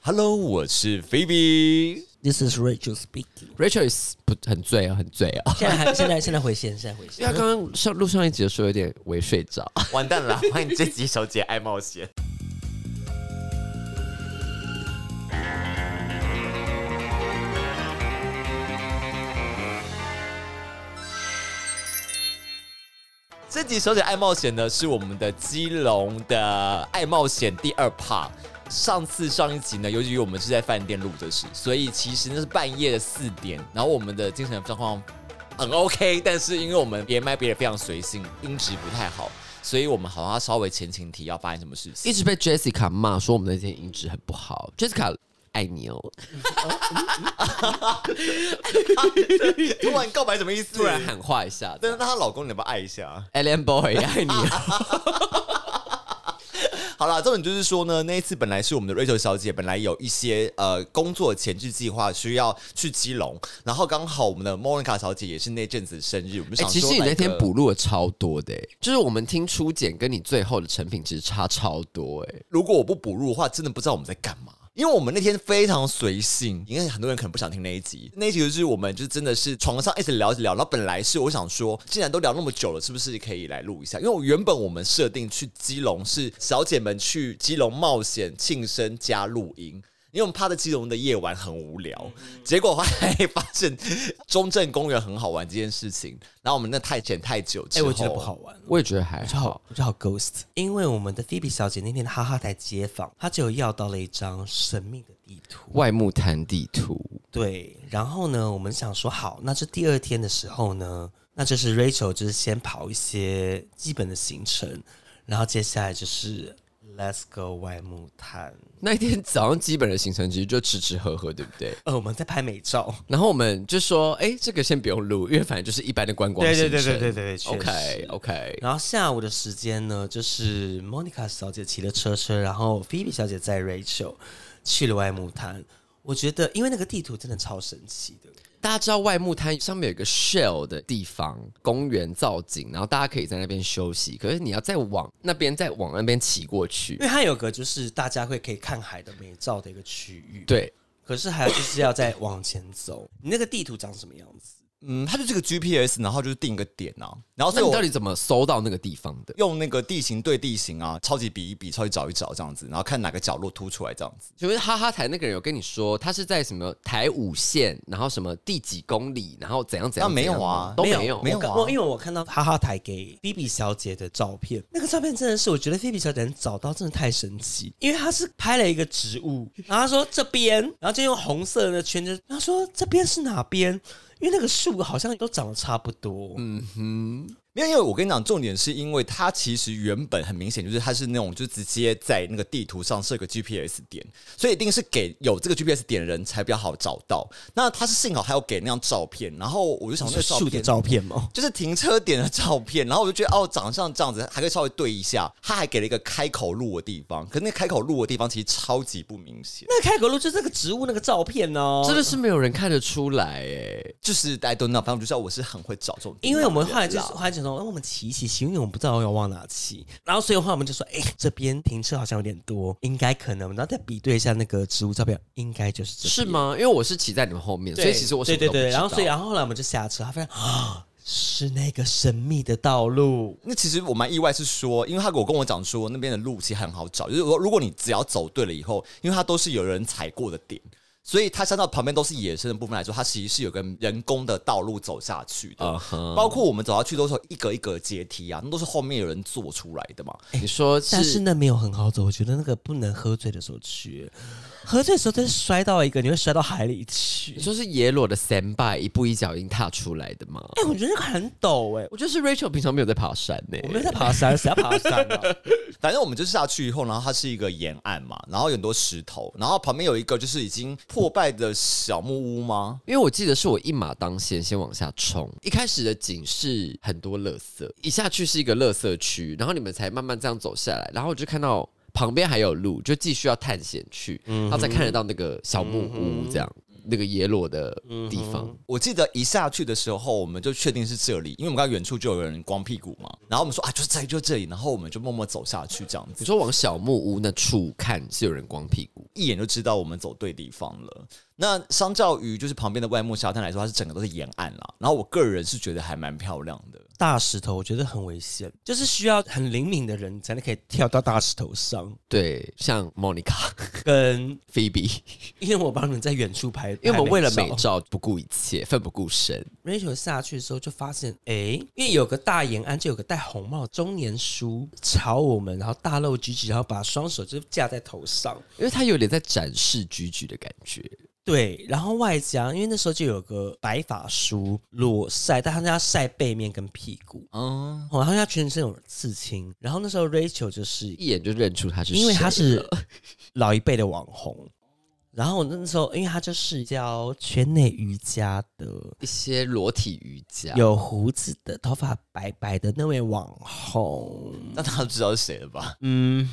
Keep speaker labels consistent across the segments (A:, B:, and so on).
A: Hello，我是 Phoebe。
B: This is Rachel speaking。
C: Rachel is 不很醉啊，很醉啊。
B: 现在还现在现在回线，现在回
C: 因
B: 线
C: 为。他刚刚上录上一集的时候有点微睡着，
A: 完蛋了，欢迎这集小姐爱冒险。 这集小姐爱冒险呢，是我们的基隆的爱冒险第二 part。上次上一集呢，由于我们是在饭店录的是，所以其实那是半夜的四点，然后我们的精神状况很 OK，但是因为我们连麦别人非常随性，音质不太好，所以我们好像要稍微前情提要发生什么事情
C: 一。直被 Jessica 骂说我们那天音质很不好。Jessica 爱你哦，
A: 突然告白什么意思？
C: 突然喊话一下
A: 但是她老公你要不要爱一下？啊
C: ，Alien Boy 也爱你 哦。
A: 好啦，重点就是说呢，那一次本来是我们的 Rachel 小姐，本来有一些呃工作前置计划需要去基隆，然后刚好我们的 Monica 小姐也是那阵子生日，我们就
C: 哎、
A: 想
C: 其
A: 说、
C: 实你那天，补录了超多的、欸，就是我们听初检跟你最后的成品其实差超多、欸，哎，
A: 如果我不补录的话，真的不知道我们在干嘛。因为我们那天非常随性，因为很多人可能不想听那一集。那一集就是我们就真的是床上一直聊一直聊，然后本来是我想说，既然都聊那么久了，是不是可以来录一下？因为我原本我们设定去基隆是小姐们去基隆冒险庆生加录音，因为我们趴在基隆的夜晚很无聊，结果后来发现中正公园很好玩这件事情，然后我们那太浅太久之
B: 哎，
A: 后，
B: 我觉得不好玩。
C: 我也觉得还
B: 我觉得
C: 好
B: 好，。我觉得好 ghost，因为我们的 Phoebe 小姐那天哈哈台街访，她只有要到了一张神秘的地图。
C: 外木谈地图，
B: 对，然后呢，我们想说好，那这第二天的时候呢，那就是 Rachel 就是先跑一些基本的行程，然后接下来就是 Let's go 外木炭。
C: 那一天早上基本的行程其实就吃吃喝喝，对不对？
B: 呃，我们在拍美照。
C: 然后我们就说，哎、这个先不用录，因为反正就是一般的观光
B: 对
C: 行
B: 对
C: 程。
B: 对对对对确
C: OK
B: 实
C: OK，
B: 然后下午的时间呢，就是 Monica 小姐骑了车车，然后 Phoebe 小姐载 Rachel 去了外木滩。我觉得，因为那个地图真的超神奇的，
C: 大家知道外木滩上面有一个 shell 的地方，公园造景，然后大家可以在那边休息。可是你要再往那边，再往那边骑过去
B: 因，为它有个就是大家会可以看海的美照的一个区域。，
C: 对，
B: 可是还有就是要再往前走，你那个地图长什么样子？
A: 嗯，它就是个 GPS，然后就是定一个点啊，然后
C: 那
A: 所以
C: 你
A: 我
C: 到底怎么搜到那个地方的？
A: 用那个地形对地形啊，超级比一比，超级找一找这样子，然后看哪个角落凸出来这样子。
C: 请问哈哈台那个人有跟你说他是在什么台五线，然后什么第几公里，然后怎样怎样？
A: 那没有啊
C: 怎样吗都没有，
A: 没有
B: 我刚
A: 啊
B: 我因为我看到哈哈台给 Phoebe 小姐的照片，那个照片真的是，我觉得 Phoebe 小姐能找到真的太神奇，因为她是拍了一个植物，然后她说这边，然后就用红色的圈子，她说这边是哪边？因为那个树好像都长得差不多，嗯，
A: 没有，因为我跟你讲，重点是因为它其实原本很明显就是它是那种就直接在那个地图上设个 GPS 点，所以一定是给有这个 GPS 点的人才比较好找到。那它是幸好还有给那张照片，然后我就想说
B: 树的
A: 片
B: 照片哦吗？
A: 就是停车点的照片，然后我就觉得哦，长相这样子还可以稍微对一下。他还给了一个开口路的地方，可是那开口路的地方其实超级不明显，
B: 那个开口路就是那个植物那个照片哦，
C: 真的是没有人看得出来哎、
A: 就是 I don't know，反正我就知道我是很会找这种地方的人啦。
B: 因为我们后来就是后来就说，那哎我们骑一骑骑，因为我们不知道要往哪骑。然后所以后来我们就说，哎、这边停车好像有点多，应该可能，然后再比对一下那个植物照片，应该就是这边
C: 是吗？因为我是骑在你们后面，所
B: 对
C: 以其实我什
B: 对
C: 么
B: 对
C: 都不
B: 对，
C: 知道
B: 然后所以然后后来我们就下车，他发现啊，是那个神秘的道路。
A: 那其实我蛮意外，是说，因为他我跟我讲说，那边的路其实很好找，就是说如果你只要走对了以后，因为它都是有人踩过的点，所以它相到旁边都是野生的部分来说，它其实是有个人工的道路走下去的。
B: 啊
C: 嗯哼
A: 包括我们走下去都是有一格一格阶梯啊，那都是后面有人做出来的嘛。
C: 你说
B: 但
C: 是
B: 是那没有很好走，我觉得那个不能喝醉的时候去，喝醉的时候真是摔到一个，你会摔到海里去
C: 你。说是野裸的 stand by 一步一脚印踏出来的吗？
B: 哎、我觉得那个很陡哎、
C: 我就是 Rachel 平常没有在爬山呢、
B: 我没有在爬山，谁要爬山啊？
A: 反正我们就是下去以后，然后它是一个沿岸嘛，然后有很多石头，然后旁边有一个就是已经破败的小木屋吗？
C: 因为我记得是我一马当先，先往下冲。一开始的景是很多垃圾，一下去是一个垃圾区，然后你们才慢慢这样走下来，然后我就看到
B: 嗯
C: 旁边还有路，就继续要探险去，然后才看得到那个小木屋这样。那个野裸的
B: 嗯
C: 地方。
A: 我记得一下去的时候，我们就确定是这里，因为我们刚远处就有人光屁股嘛。然后我们说啊，就是这里，就这里。然后我们就默默走下去，这样
C: 你
A: 子
C: 说往小木屋那处看是有人光屁股，
A: 一眼就知道我们走对地方了。那相较于就是旁边的外木沙滩来说，它是整个都是沿岸啦。然后我个人是觉得还蛮漂亮的。
B: 大石头我觉得很危险，就是需要很灵敏的人才能可以跳到大石头上。
C: 对，像 Monica、
B: 跟
C: Phoebe，
B: 因为我帮你们在远处拍，
C: 因为我们为了美
B: 拍
C: 照不顾一切，奋不顾身。
B: Rachel 下去的时候就发现，哎、因为有个大延安，就有个戴红帽的中年叔朝我们，然后大露举起，然后把双手就架在头上。
C: 因为他有点在展示居居的感觉，
B: 对，然后外加因为那时候就有个白发叔裸晒，但他是要晒背面跟屁股，
A: 嗯，
B: 哦，然后他全身有刺青。然后那时候 Rachel 就是
C: 一眼就认出他是谁了，
B: 因为他是老一辈的网红，然后我那时候因为他就是教圈内瑜伽的，
C: 一些裸体瑜伽，
B: 有胡子的，头发白白的那位网红，
A: 那大家知道是谁了吧？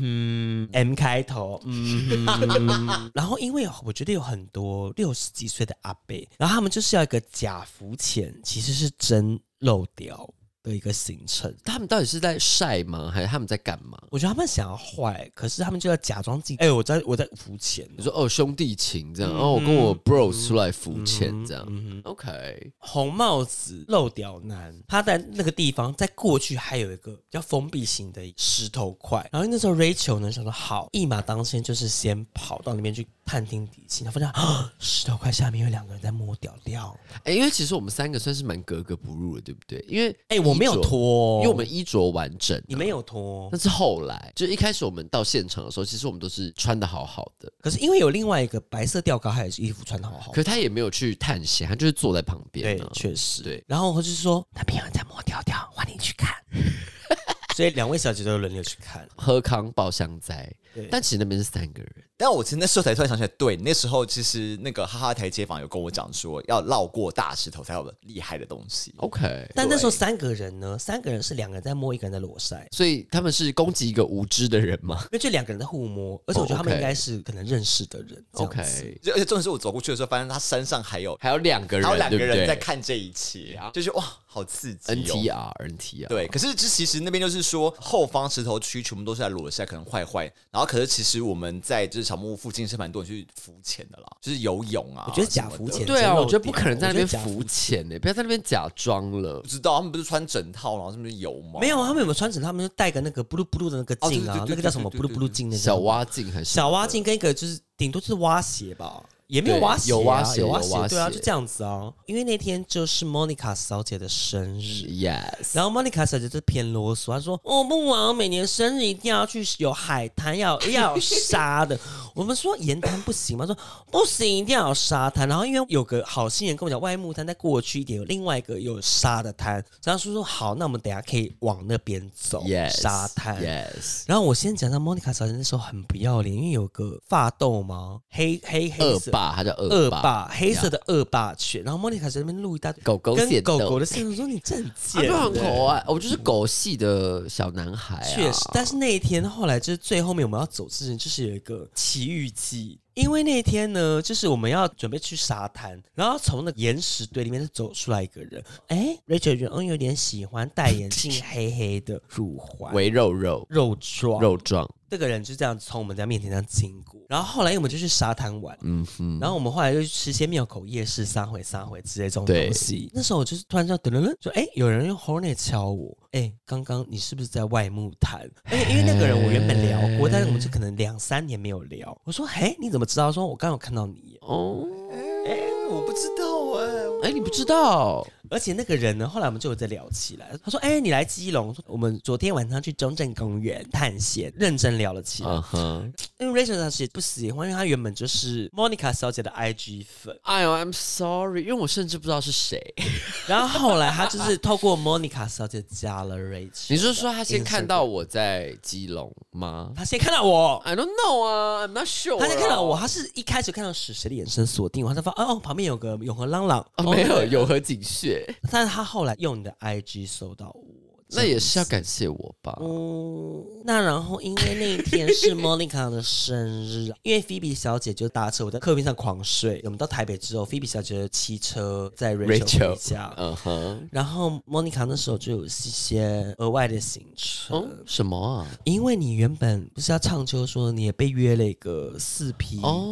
B: 嗯哼，M 开头，嗯哼， 然后因为我觉得有很多六十几岁的阿伯，然后他们就是要一个假浮潜，其实是真漏掉的一个行程。
C: 他们到底是在晒吗？还是他们在干嘛？
B: 我觉得他们想要坏，可是他们就要假装自己，哎、我在我在浮潜哦，
C: 你说哦，兄弟情这样，哦，我跟我 bros 出来浮潜这样、
B: 嗯
C: o k
B: 红帽子漏屌男，他在那个地方，在过去还有一个比较封闭型的石头块。然后那时候 Rachel 呢想说，好，一马当先，就是先跑到那边去探听底细。他发现啊， 石头块下面有两个人在摸屌屌。
C: 哎、因为其实我们三个算是蛮格格不入的，对不对？因为
B: 哎、我没有
C: 衣着
B: 脱哦，
C: 因为我们衣着完整、
B: 你没。有脱
C: 那，是后来，就一开始我们到现场的时候，其实我们都是穿的好好的，
B: 可是因为有另外一个白色吊高，还有衣服穿的好好
C: 可。啊是他也没有去探险，他就是坐在旁边、
B: 哦对
C: 啊。，
B: 确实。
C: 对
B: 然后我就是说，那边有人在摸屌屌，换你去看。 所以两位小姐都轮流去看。
C: 喝康爆香灾
B: 对，
C: 但其实那边是三个人，
A: 但我其实那时候才突然想起来，对，那时候其实那个哈哈台街坊有跟我讲说，要绕过大石头才有厉害的东西。
C: OK，
B: 但那时候三个人呢，三个人是两个人在摸，一个人在裸晒，
C: 所以他们是攻击一个无知的人吗
B: 因为这两个人在互摸，而且我觉得他们
C: 哦
B: 应
C: OK
B: 该是可能认识的人。这样子
C: ？OK，
A: 就而且重点是我走过去的时候，发现它山上还有
C: 还有两个人，
A: 还有两个
C: 对不对
A: 人在看这一切，就是哇，好刺激、哦。
C: NTR NTR，
A: 对，可是这其实那边就是说，后方石头区全部都是在裸晒，可能坏坏。然后，可是其实我们在就是小木屋附近是蛮多人去浮潜的啦，就是游泳啊什么的。
B: 我觉得假浮潜
C: 对啊，我
B: 真
C: 觉得
B: 露点
C: 不可能在那边
B: 我觉得假
C: 浮潜欸呢、不要在那边假装了
A: 不。知道他们不是穿整套，然后上面是游吗？
B: 没有，他们有没有穿着？他们就戴个那个 blue blue 的那个镜
A: 哦
B: 啊，
A: 对对对
B: 那个叫什么
A: 对对
B: blue
A: 对
B: blue 镜？那叫
C: 小蛙镜还是
B: 小蛙镜跟一个就是顶多就是蛙鞋吧，也没有
C: 对
B: 蛙鞋啊、
C: 有蛙鞋
B: 有蛙
C: 有蛙
B: 对啊，
C: 鞋
B: 就这样子哦。因为那天就是 Monica 小姐的生日，
C: ？Yes，
B: 然后 Monica 小姐就偏啰嗦，她说：“我、不玩，我每年生日一定要去有海滩，要要有沙的。” 我们说盐滩不行吗？她说不行，一定要有沙滩。然后因为有个好心人跟我讲，外木滩再过去一点有另外一个有沙的滩，然后说说好，那我们等一下可以往那边走
C: Yes，
B: 沙滩。
C: Yes，
B: 然后我先讲到 Monica 小姐那时候很不要脸，因为有个发豆嘛，黑黑黑
C: 恶
B: 色
C: 霸，他叫
B: 恶
C: 恶霸，
B: 霸，黑色的恶霸犬。然后 Monica 在那边录一大堆
C: 狗狗
B: 跟
C: 线
B: 狗
C: 斗
B: 狗的线，我说你真的
C: 啊
B: 很
C: 就
B: 贱。
C: 很可爱。我就是狗系的小男孩啊，
B: 确实，但是那一天后来就是最后面我们要走之前，就是有一个奇遇记。因为那一天呢，就是我们要准备去沙滩，然后从那个岩石堆里面走出来一个人，哎，Rachel 觉得嗯有点喜欢戴眼镜黑黑的乳环、
C: 围肉肉
B: 肉状，
C: 肉状，
B: 这个人就这样从我们家面前这样经过，然后后来因为我们就去沙滩玩，
C: 嗯哼，
B: 然后我们后来就去吃一些庙口夜市三回三回之类这种东西。那时候我就是突然就噔噔噔，说哎、有人用 hornet 敲我，哎、刚刚你是不是在外木谈？而且因为那个人我原本聊过，但是我们就可能两三年没有聊。我说嘿，你怎么知道？说我刚刚有看到你耶，
C: 哦，
A: 我不知道哎、
C: 哎，你不知道，
B: 而且那个人呢，后来我们就有在聊起来。他说哎、你来基隆，我说我们昨天晚上去中正公园探险，认真聊了起来。
C: 嗯哼，
B: 因为 Rachel 她其实不喜欢，因为她原本就是 Monica 小姐的 IG 粉。
C: 哎呦，I'm sorry，因为我甚至不知道是谁。
B: 然后后来他就是 透过 Monica 小姐加了 Rachel，
C: 你是说他先看到我在基隆吗
B: 他先看到我，
C: ？I don't know 啊，I'm not sure 啊。
B: 他先看到我，他是一开始看到史谁的眼神锁定我，他才发哦哦，旁边有个
C: 哦
B: 永和浪浪，哦
C: 哦，没有，有何警穴。
B: 但是他后来用你的 IG 搜到我。
C: 那也是要感谢我吧？
B: 嗯，那然后因为那一天是 Monica 的生日，啊因为菲比小姐就搭车，我在客运上狂睡。我们到台北之后，菲比小姐就骑车在 Rachel
C: Rachel
B: 回家，
C: 嗯哼，
B: 然后 Monica 那时候就有一些额外的行程。
C: 哦，什么啊？
B: 因为你原本不是要唱秋说你也被约了一个四批
C: 哦，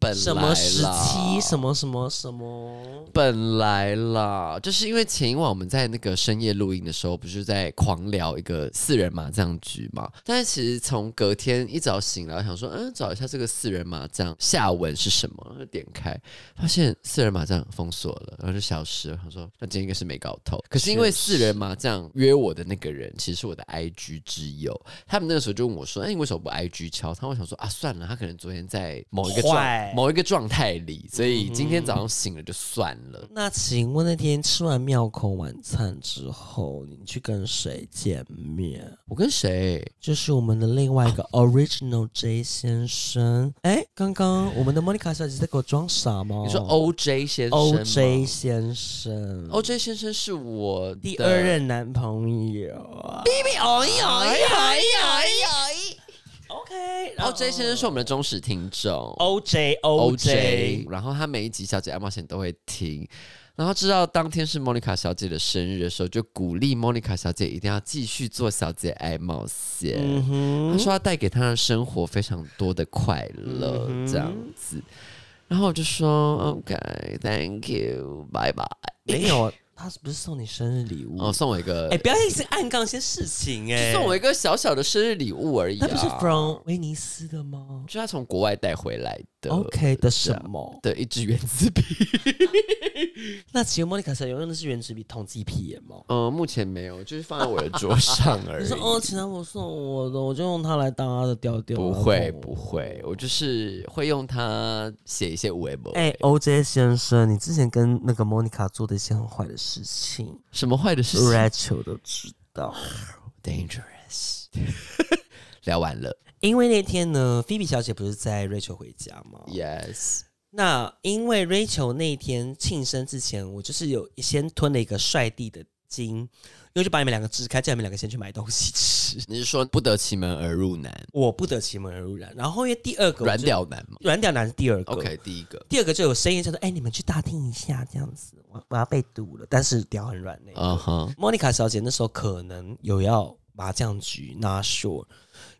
C: 本
B: 嗯
C: 来
B: 什么十七
C: 么。
B: 什么什么什么，
C: 本来啦，就是因为前一晚我们在那个深夜录音的时候，不是在狂聊一个四人麻将局嘛？但是其实从隔天一早醒来，我想说，嗯，找一下这个四人麻将下文是什么，然后就点开发现四人麻将封锁了，然后就消失了。我想说，啊那今天应该是没搞头。可是因为四人麻将约我的那个人，其实是我的 IG 之友，他们那个时候就问我说，哎、你为什么不 IG 敲他？我想说啊，算了，他可能昨天在某一个
B: 坏
C: 状某一个状态
B: 嗯
C: 里，所以今天早上醒了就算了。
B: 那请问那天吃完庙口晚餐之后，你去跟谁见面？
C: 我跟谁？
B: 就是我们的另外一 个 original J 先生。哎，刚刚我们的 Monica 小姐在给我装傻吗？
C: 你说 O J 先生
B: 哦 O J 先生
C: O J 先生是我的
B: 第二。任男朋友啊。
C: 哎呀哎呀哎呀哎呀
B: OK，然后
C: ！O J 先生是我们的忠实听众
B: 哦 O J 哦 O J，
C: 然后他每一集《小姐爱冒险》都会听。然后知道当天是莫妮卡小姐的生日的时候，就鼓励莫妮卡小姐一定要继续做《小姐爱冒险》
B: 嗯
C: 他说要带给她的生活非常多的快乐，
B: 嗯
C: 这样子。然后我就说 OK，Thank、you，拜拜。
B: 没有，啊他是不是送你生日礼物？
C: 哦，送我一个，
B: 哎，不要一直暗杠一些事情哎。
C: 送我一个小小的生日礼物而已、啊。
B: 他不是 from 威尼斯的吗
C: 就他从国外带回来的。
B: ？OK 的什么？
C: 的一支原子笔，啊
B: 那其实莫妮卡小姐用的是原子笔捅自己屁眼吗？
C: 嗯，目前没有，就是放在我的桌上 而
B: 你
C: 已
B: 说。哦，其他我送我的，我就用它来当它的调调。
C: 不
B: 然后
C: 会不会，我就是会用它写一些微博。
B: 哎、o j 先生，你之前跟那个 Monica 做的一些很坏的事情
C: 什么坏的事情
B: ，Rachel 都知道。
C: ？Dangerous。聊完了
B: 因为那天呢，菲比小姐不是在 Rachel 回家吗
C: ，Yes，
B: 那因为 Rachel 那天庆生之前，我就是有先吞了一个帅弟的精，因为就把你们两个支开，叫你们两个先去买东西吃。
C: 你是说不得其门而入男，
B: 我不得其门而入然，然后因为第二个我就
C: 软屌男吗
B: 软屌男是第二个
C: ？OK，第一个
B: 第二个就有声音就说：“哎、你们去大厅一下，这样子，我我要被堵了。”但是屌很软那个。
C: 啊哈，
B: 莫妮卡小姐那时候可能有要麻将局 not sure，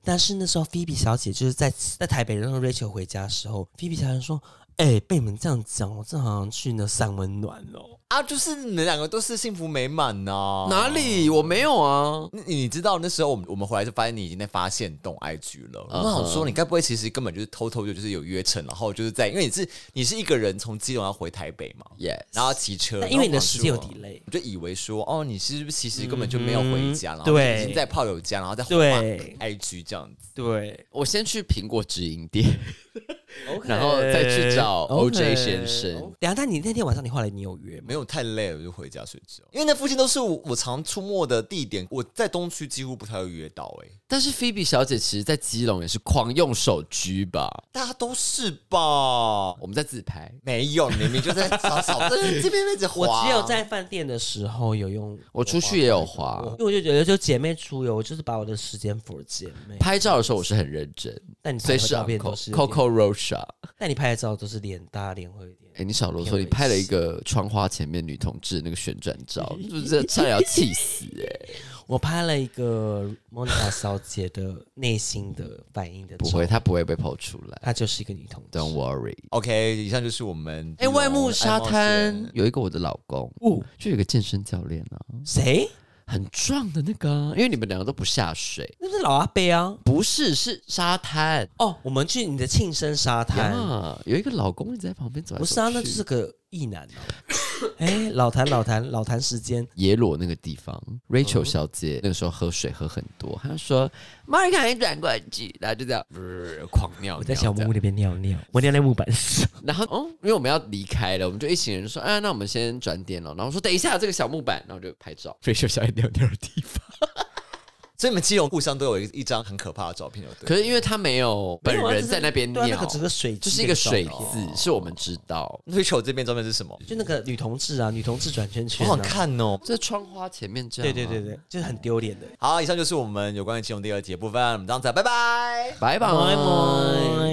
B: 但是那时候菲比小姐就是在在台北让 Rachel 回家的时候，菲比小姐说：“哎、被你们这样讲，我正好像去那散温暖哦。
A: 啊，就是你们两个都是幸福美满呐、
C: 哪里我没有啊？
A: 你你知道那时候我们我们回来就发现你已经在发现动 IG 了，
B: 嗯
A: 我想说你该不会其实根本就是偷偷就就是有约成，然后就是在因为你是你是一个人从基隆要回台北嘛，
C: Yes，
A: 然后骑车，
B: 那因为你的
A: 然后我想
B: 时间有
C: 哦
A: 说
B: delay
A: 我就以为说哦你是不是其实根本就没有回家，
B: 嗯
A: 然后
B: 哼
A: 就
B: 对
A: 已经在炮友家，然后再滑
B: 对
A: IG 这样子，
B: 对
C: 我先去苹果直营店。
B: ，OK，
C: 然后再去找
B: OK
C: OJ 先生。
B: 等一下，但你那天晚上你后来你有约吗
A: 没？有太累了我就回家睡觉，因为那附近都是我我常出没的地点，我在东区几乎不太会约到哎、欸
C: 但是菲比小姐其实，在基隆也是狂用手机吧？
A: 大家都是吧？
C: 我们在自拍，
A: 没有，你明明就在扫 扫，这这边一直
B: 我
A: 滑。
B: 只有在饭店的时候有用，
C: 我出去也有滑。
B: 因为我就觉得就姐妹出游，我就是把我的时间 for 姐妹。
C: 拍照的时候我是很认真，
B: 但你拍
C: 随
B: 的
C: 时啊
B: 照片
C: uncle
B: 都是有点
C: Coco Rocha。
B: 但你拍的照都是脸大脸会有点。
C: 哎、你少啰
B: 偏
C: 嗦，
B: 猥
C: 你拍了一个窗花前面女同志的那个旋转照， 是不是差点要气死、哎，
B: 我拍了一个莫妮卡小姐的内心的反应的照，
C: 不会，她不会被抛出来。
B: 她就是一个女同志。
C: Don't worry。
A: OK，以上就是我们
C: 哎、外木沙
A: 爱冒
C: 滩
A: 险
C: 有一个我的老公，
B: 哦
C: 就有一个健身教练啊，
B: 谁？
C: 很壮的那个啊、因为你们两个都不下水，
B: 那不是老阿贝啊？
C: 不是是沙滩。
B: 哦，我们去你的庆生沙滩。
C: 呀，有一个老公一直在旁边走来
B: 不
C: 走
B: 是啊，
C: 去
B: 那就是个异男啊。 哎、老谭老谭老谭时间，
C: 野裸那个地方，Rachel
B: 哦
C: 小姐那个时候喝水喝很多，她说 m o n i 转过去，然后就这样、呃、狂尿。
B: 我在
C: 尿
B: 小
C: 这
B: 木
C: 样
B: 屋里边尿尿，我尿在木板上。
C: 然后哦，因为我们要离开了，我们就一行人说，啊，那我们先转点了。然后我说等一下这个小木板，然后就拍照。Rachel 小姐尿尿的地方，
A: 所以你们基隆互相都有一一张很可怕的照片，对
C: 可
A: 了。
C: 是因为他没有 本
B: 没有啊
C: 人
B: 就是
C: 在那边
B: 对啊那
C: 尿，
B: 个整个水就
C: 就
B: 是
C: 一个水字，是我们知道。
A: 追求这边照片是什么？
B: 就那个女同志啊，女同志转圈
A: 好
B: 圈、啊，
A: 想。看哦。
C: 这窗花前面这样、
B: 对对对，对，就是很丢脸的。
A: 好，以上就是我们有关于基隆第二节部分，我们这样子，拜拜。
C: 拜拜。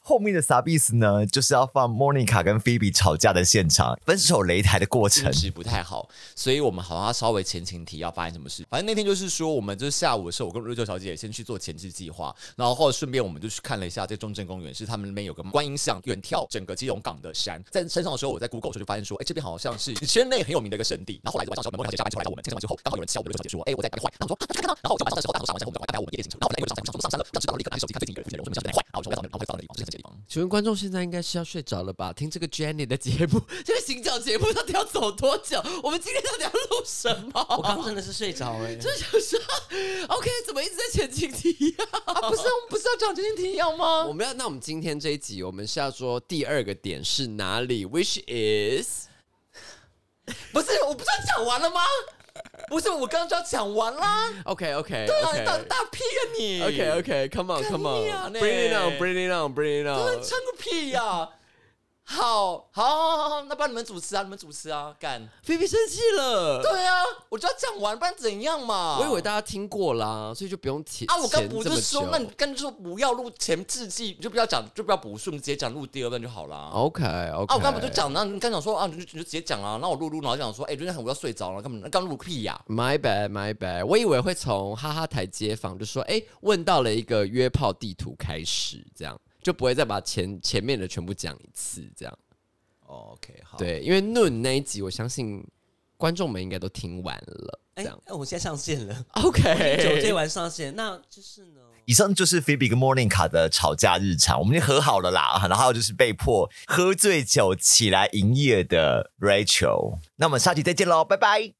A: 后面的傻逼死呢，就是要放莫妮卡跟菲比吵架的现场，分手擂台的过程，音质不太好，所以我们好像要稍微前情提要发生什么事。反正那天就是说，我们就是下午的时候，我跟瑞秋小姐先去做前置计划，然后后来顺便我们就去看了一下这中正公园，是他们那边有个观音像，远眺整个基隆港的山。在山上的时候，我在 Google 的时候就发现说，哎，这边好像是圈内很有名的一个神地。然后后来晚上的时候，莫妮卡小姐下班出来找我们，天晚之后，刚好有人敲我们瑞秋小姐说，哎，我在哪里坏？然后我说啊，看到，然后我就晚上的时候打我上完之后，我们赶快我们夜夜行程，然后我们在路上想说上山了，上知道了一个拿起手机看最近一个人附近人，我说你们想在坏，然后我说我要找人，然后我就到那地方，就是这个地方。
C: 请问观众现在应该是要睡着了吧？听这个 Jenny 的节目， 这个行脚节目到底要走多久？我们今天到底要录什
B: 我
C: 么？
B: 刚真的是睡着了，
C: 就想说，OK，怎么一直在前情提要？
A: 啊，不是，我们不是要讲这些提要
C: 我
A: 吗？
C: 们要，那我们今天这一集，我们是要说第二个点是哪里？Which is
A: 不是，我不是要讲完了吗？不是，我刚刚就要讲完啦。
C: OK OK
A: 啊
C: OK
A: 大大屁啊你
C: OK OK，Come on，Come
A: 干你啊
C: on，Bring it
A: 呢
C: on，Bring it on，Bring it
A: 嗯
C: on。
A: 唱个屁呀、好好好好好，那不然你们主持啊，你们主持啊，干。
C: 菲菲生气了，
A: 对啊，我就要讲完，不然怎样嘛？
C: 我以为大家听过啦，所以就不用提
A: 啊，我刚不
C: 前这
A: 是
C: 么
A: 说
C: 久，
A: 那你干脆说不要录前置记，你就不要讲，就不要补述，你直接讲录第二段就好啦。
C: OK OK，
A: 啊，我刚不就讲，然后你刚讲说啊，你就你就直接讲啊，那我录录，然后讲说，哎、昨天很无聊睡着了，干嘛？那刚录个屁呀、
C: My bad, my bad。我以为会从哈哈台街访，就说哎、诶问到了一个约炮地图开始，这样就不会再把前前面的全部讲一次，这样。
A: OK，好，
C: 对，因为 Noon 那一集，我相信观众们应该都听完了，这
B: 哎、
C: 样。
B: 我现在上线了，
A: 哎哦
B: 酒醉
C: OK，
B: 完上线，那就是呢，
D: 以上就是 Phoebe 跟 Morning 卡的吵架日常，我们已经和好了啦。然后还有就是被迫喝醉酒起来营业的 Rachel。那我们下期再见喽，拜拜。